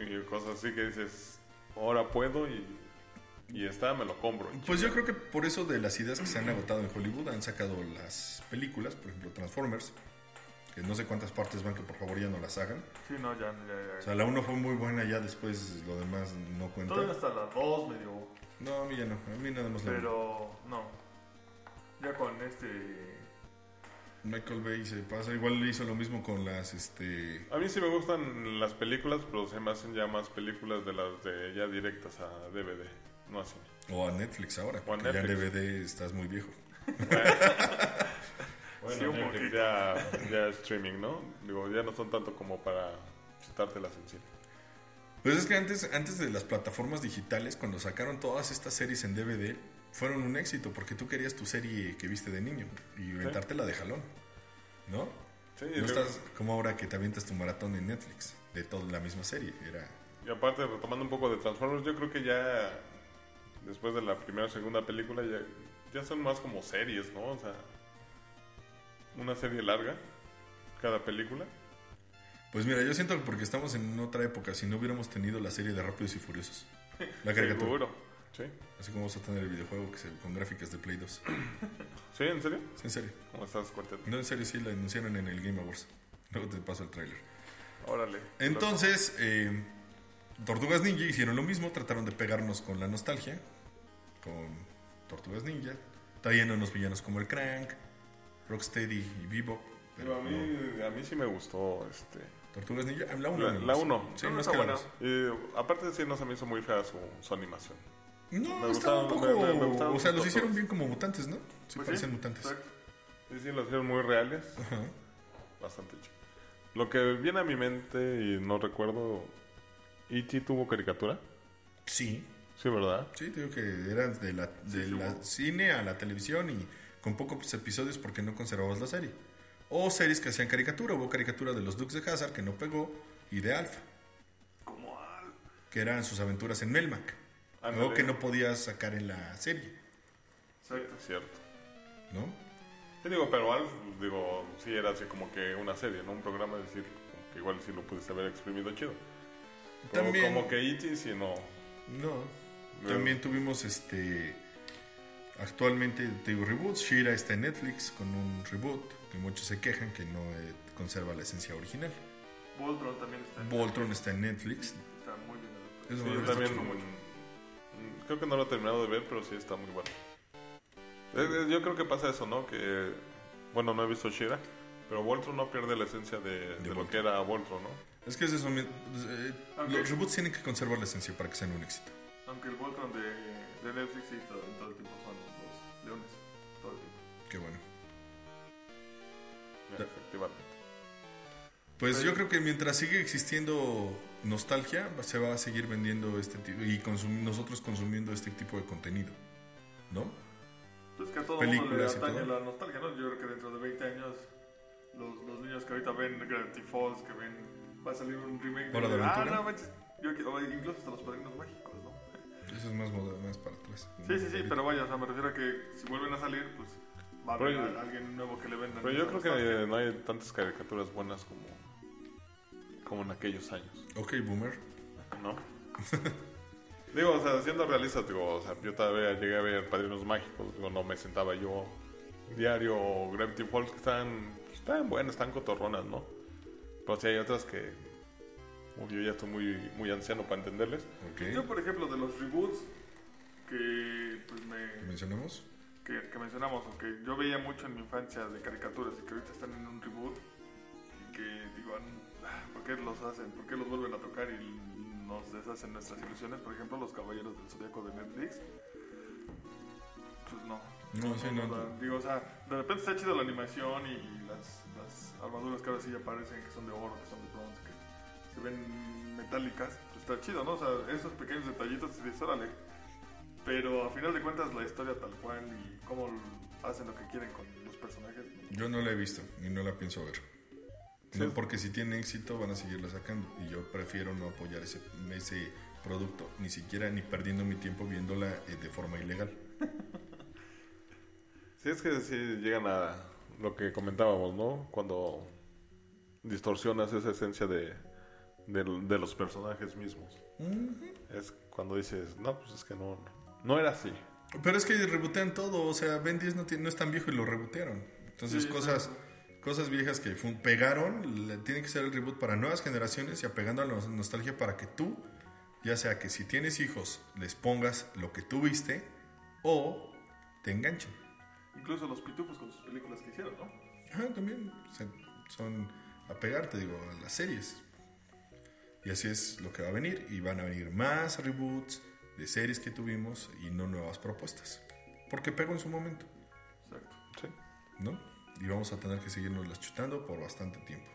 Y cosas así que dices, ahora puedo y, y esta me lo compro. Pues yo creo que por eso de las ideas que se han agotado en Hollywood han sacado las películas, por ejemplo Transformers, que no sé cuántas partes van que por favor ya no las hagan. Sí, no, ya, ya, O ya. sea, la 1 fue muy buena, ya después lo demás no cuenta. Todavía hasta las dos medio, No, a mí ya no, a mí nada más la uno. pero no. Ya con este... Michael Bay se pasa, igual le hizo lo mismo con las, este... A mí sí me gustan las películas, pero se me hacen ya más películas de las de ya directas a DVD, no *laughs* así. O a Netflix ahora, O a porque ya en Netflix. DVD estás muy viejo. Bueno, Sí, un Netflix poquito. ya, ya es streaming, ¿no? Digo, ya no son tanto como para chutártelas en cine. Pues es que antes, antes de las plataformas digitales, cuando sacaron todas estas series en DVD, fueron un éxito porque tú querías tu serie que viste de niño y aventártela de jalón, ¿no? Sí, y, No luego- estás como ahora que te avientas tu maratón en Netflix de toda la misma serie. Era y aparte, retomando un poco de Transformers, yo creo que ya después de la primera o segunda película ya, ya son más como series, ¿no? O sea, una serie larga, cada película. Pues mira, yo siento que porque estamos en otra época, si no hubiéramos tenido la serie de Rápidos y Furiosos, la caricatura, *laughs* Seguro. Sí. así como vamos a tener el videojuego que se- con gráficas de Play 2. ¿Sí? ¿En serio? Sí, en serio. ¿Cómo estás, cuarteto? No, en serio, sí, la anunciaron en el Game Awards. Luego te paso el tráiler. Órale. Entonces, eh, Tortugas Ninja hicieron lo mismo, trataron de pegarnos con la nostalgia, con Tortugas Ninja, trayendo unos villanos como el Crank, Rocksteady y Bebop. Pero Pero a mí, a mí sí me gustó, este... Tortugas Ninja, ah, la 1. La- la uno. Sí, La uno nos está quedamos. Y aparte sí, no se me hizo muy fea su, su animación. No, Me estaba un gustaban- poco. me- ¿Ah, me- me gustaban o sea, mucho los hicieron todos. bien como mutantes, ¿no? Sí, Pues parecen sí, mutantes. exacto. Sí, sí, las hicieron muy reales. Bastante chido. Lo que viene a mi mente y no recuerdo... ¿E.T. tuvo caricatura? Sí. Sí, ¿verdad? Sí, te digo que eran de la, de la cine a la televisión y con pocos pues, episodios porque no conservabas la serie. O series que hacían caricatura. Hubo caricatura de los Dukes de Hazard que no pegó y de Alf, Como al... que eran sus aventuras en Melmac. Ándale. Algo que no podías sacar en la serie, Exacto. Es cierto. ¿no? Sí, digo, pero Alf, digo, sí era así como que una serie, ¿no? Un programa, es decir, como que igual sí lo pudiste haber exprimido chido. Pero También- Como que E.T. sí no... No. También tuvimos este. Actualmente, te digo, reboots. Shira está en Netflix con un reboot que muchos se quejan que no eh, conserva la esencia original. Voltron también está, Voltron está en Netflix. está muy bien. adaptado. Es Sí, bueno, yo está también. chido. mm, Creo que no lo he terminado de ver, pero sí está muy bueno. Eh, eh, Yo creo que pasa eso, ¿no? Que, bueno, no he visto Shira, pero Voltron no pierde la esencia de, de lo Voltron. que era Voltron, ¿no? Es que es eso. mi- eh, Ok. Los reboots tienen que conservar la esencia para que sean un éxito. Aunque el Voltron de, de Netflix sí, todo, todo el tiempo son los leones. Todo el tiempo. Qué bueno. Ya, Efectivamente. Pues yo creo que mientras sigue existiendo nostalgia, se va a seguir vendiendo este tipo y consum- nosotros consumiendo este tipo de contenido. ¿No? Pues que a todo el mundo le Películas y atañe todo. la nostalgia, ¿no? Yo creo que dentro de 20 años los, los niños que ahorita ven Gravity Falls, que ven... Va a salir un remake Hora de Ah, Aventura. no, manches. Yo, que- o incluso hasta los padrinos mágicos, ¿no? Eso es más, moder- más para atrás. Sí, sí, sí, pero vaya, o sea, me refiero a que si vuelven a salir, pues va a haber Pero- a- alguien nuevo que le vendan. Pero yo esa creo que nostalgia. eh, no hay tantas caricaturas buenas como, como en aquellos años, Ok, boomer. ¿no? digo, o sea, siendo realista, digo, o sea, yo todavía llegué a ver Padrinos Mágicos, digo, no me sentaba yo diario o Gravity Falls, que están, están buenas, están cotorronas, ¿no? Pero sí hay otras que uy, yo ya estoy muy, muy anciano para entenderles. Yo, Ok. por ejemplo, de los reboots que, pues, me, ¿Mencionamos? que, que mencionamos, o que yo veía mucho en mi infancia de caricaturas y que ahorita están en un reboot y que digo, "Ah, ¿por qué los hacen? ¿Por qué los vuelven a tocar y nos deshacen nuestras ilusiones? Por ejemplo, los Caballeros del Zodíaco de Netflix. Pues no, No, sí, O sea, no. Digo, o sea, de repente está chida la animación y las, las armaduras que ahora sí aparecen, que son de oro, que son de bronce, que se ven metálicas, pues está chido, ¿no? O sea, esos pequeños detallitos, dices, órale. Pero a final de cuentas, la historia tal cual y cómo l- hacen lo que quieren con los personajes. ¿no? Yo no la he visto y no la pienso ver. No, porque si tiene éxito van a seguirla sacando. Y yo prefiero no apoyar ese, ese producto, ni siquiera ni perdiendo mi tiempo viéndola eh, de forma ilegal. Sí, es que sí llegan a lo que comentábamos, ¿no? Cuando distorsionas esa esencia de, del- de los personajes mismos. Es cuando dices, no, pues es que no, no era así. Pero es que rebotean todo, o sea, Ben 10 no, tiene- no es tan viejo y lo rebotearon. Entonces, cosas, cosas viejas que fun- pegaron, le tiene que ser el reboot para nuevas generaciones y apegando a la nos- nostalgia para que tú, ya sea que si tienes hijos, les pongas lo que tú viste o te enganchen. Incluso los pitufos con sus películas que hicieron, ¿no? Ajá, también se- son apegarte, digo, a las series. Y así es lo que va a venir. Y van a venir más reboots de series que tuvimos y no nuevas propuestas. Porque pegó en su momento. Exacto. Sí. ¿no? Y vamos a tener que seguirnos las chutando por bastante tiempo.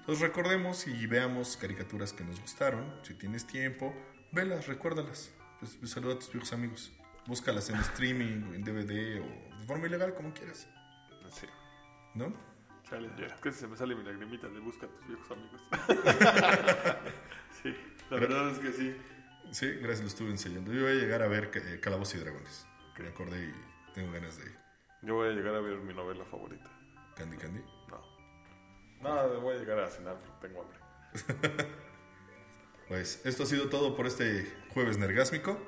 Entonces recordemos y veamos caricaturas que nos gustaron. Si tienes tiempo, velas, recuérdalas. Pues, pues, saluda a tus viejos amigos. Búscalas en streaming, o en DVD o de forma ilegal, como quieras, Sí. ¿no? Chale, Ya. que se me sale mi lagrimita de busca a tus viejos *laughs* amigos. sí, la verdad es que sí. Sí, gracias, lo estuve enseñando. Yo voy a llegar a ver eh, Calabozos y Dragones. Me acordé y tengo ganas de Yo voy a llegar a ver mi novela favorita. Candy Candy. No. Nada, voy a llegar a cenar porque tengo hambre. Pues esto ha sido todo por este jueves nergásmico.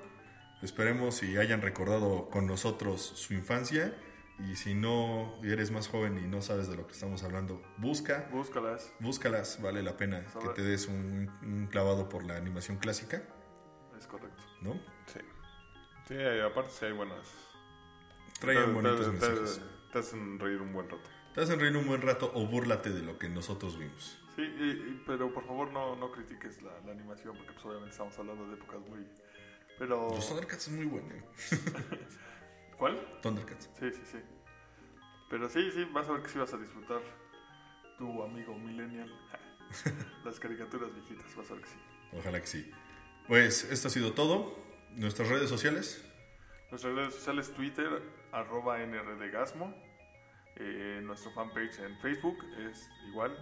Esperemos y hayan recordado con nosotros su infancia. Y si no eres más joven y no sabes de lo que estamos hablando, busca, Búscalas. búscalas, vale la pena que Sobre- te des un, un clavado por la animación clásica, Es correcto. ¿no? Sí. Sí, y aparte sí hay buenas. Traigan Te- bonitos te- te- mensajes. Te hacen reír un buen rato. Te hacen reír un buen rato o búrlate de lo que nosotros vimos. Sí, y- y- pero por favor no, no critiques la, la animación porque pues, obviamente estamos hablando de épocas muy... Pero... Los Thundercats es muy bueno. ¿eh? *laughs* ¿Cuál? Thundercats. Sí, sí, sí. Pero sí, sí, vas a ver que sí vas a disfrutar tu amigo millennial. Las caricaturas viejitas, vas a ver que sí. Ojalá que sí. Pues esto ha sido todo. Nuestras redes sociales. Nuestras redes sociales Twitter, arroba nrdegasmo. Eh, nuestro fanpage en Facebook es igual,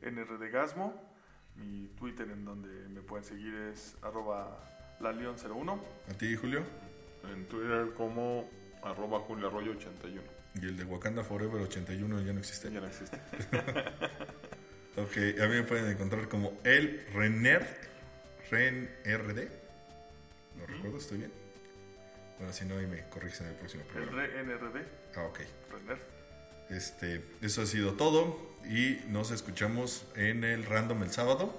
eh, nrdegasmo. Mi Twitter en donde me pueden seguir es arroba lalion01. A ti, Julio. En Twitter como arroba Julio Arroyo 81. Y el de Wakanda Forever 81 ya no existe. Ya no existe. Ok, a mí me pueden encontrar como el Renerd, RenRD. ¿Lo recuerdo? ¿Estoy bien? Bueno, si no, ahí me corrigen en el próximo El programa. re- nrd, Ah, ok. Renner. Este, eso ha sido todo y nos escuchamos en el Random el sábado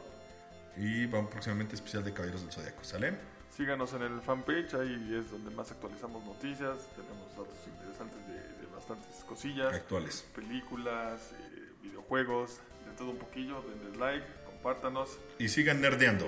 y va un próximamente especial de Caballeros del Zodiaco, ¿sale? Síganos en el fanpage, ahí es donde más actualizamos noticias, tenemos datos interesantes de, de bastantes cosillas. Actuales. Películas, eh, videojuegos, de todo un poquillo, denle like, compártanos, Y sigan nerdeando.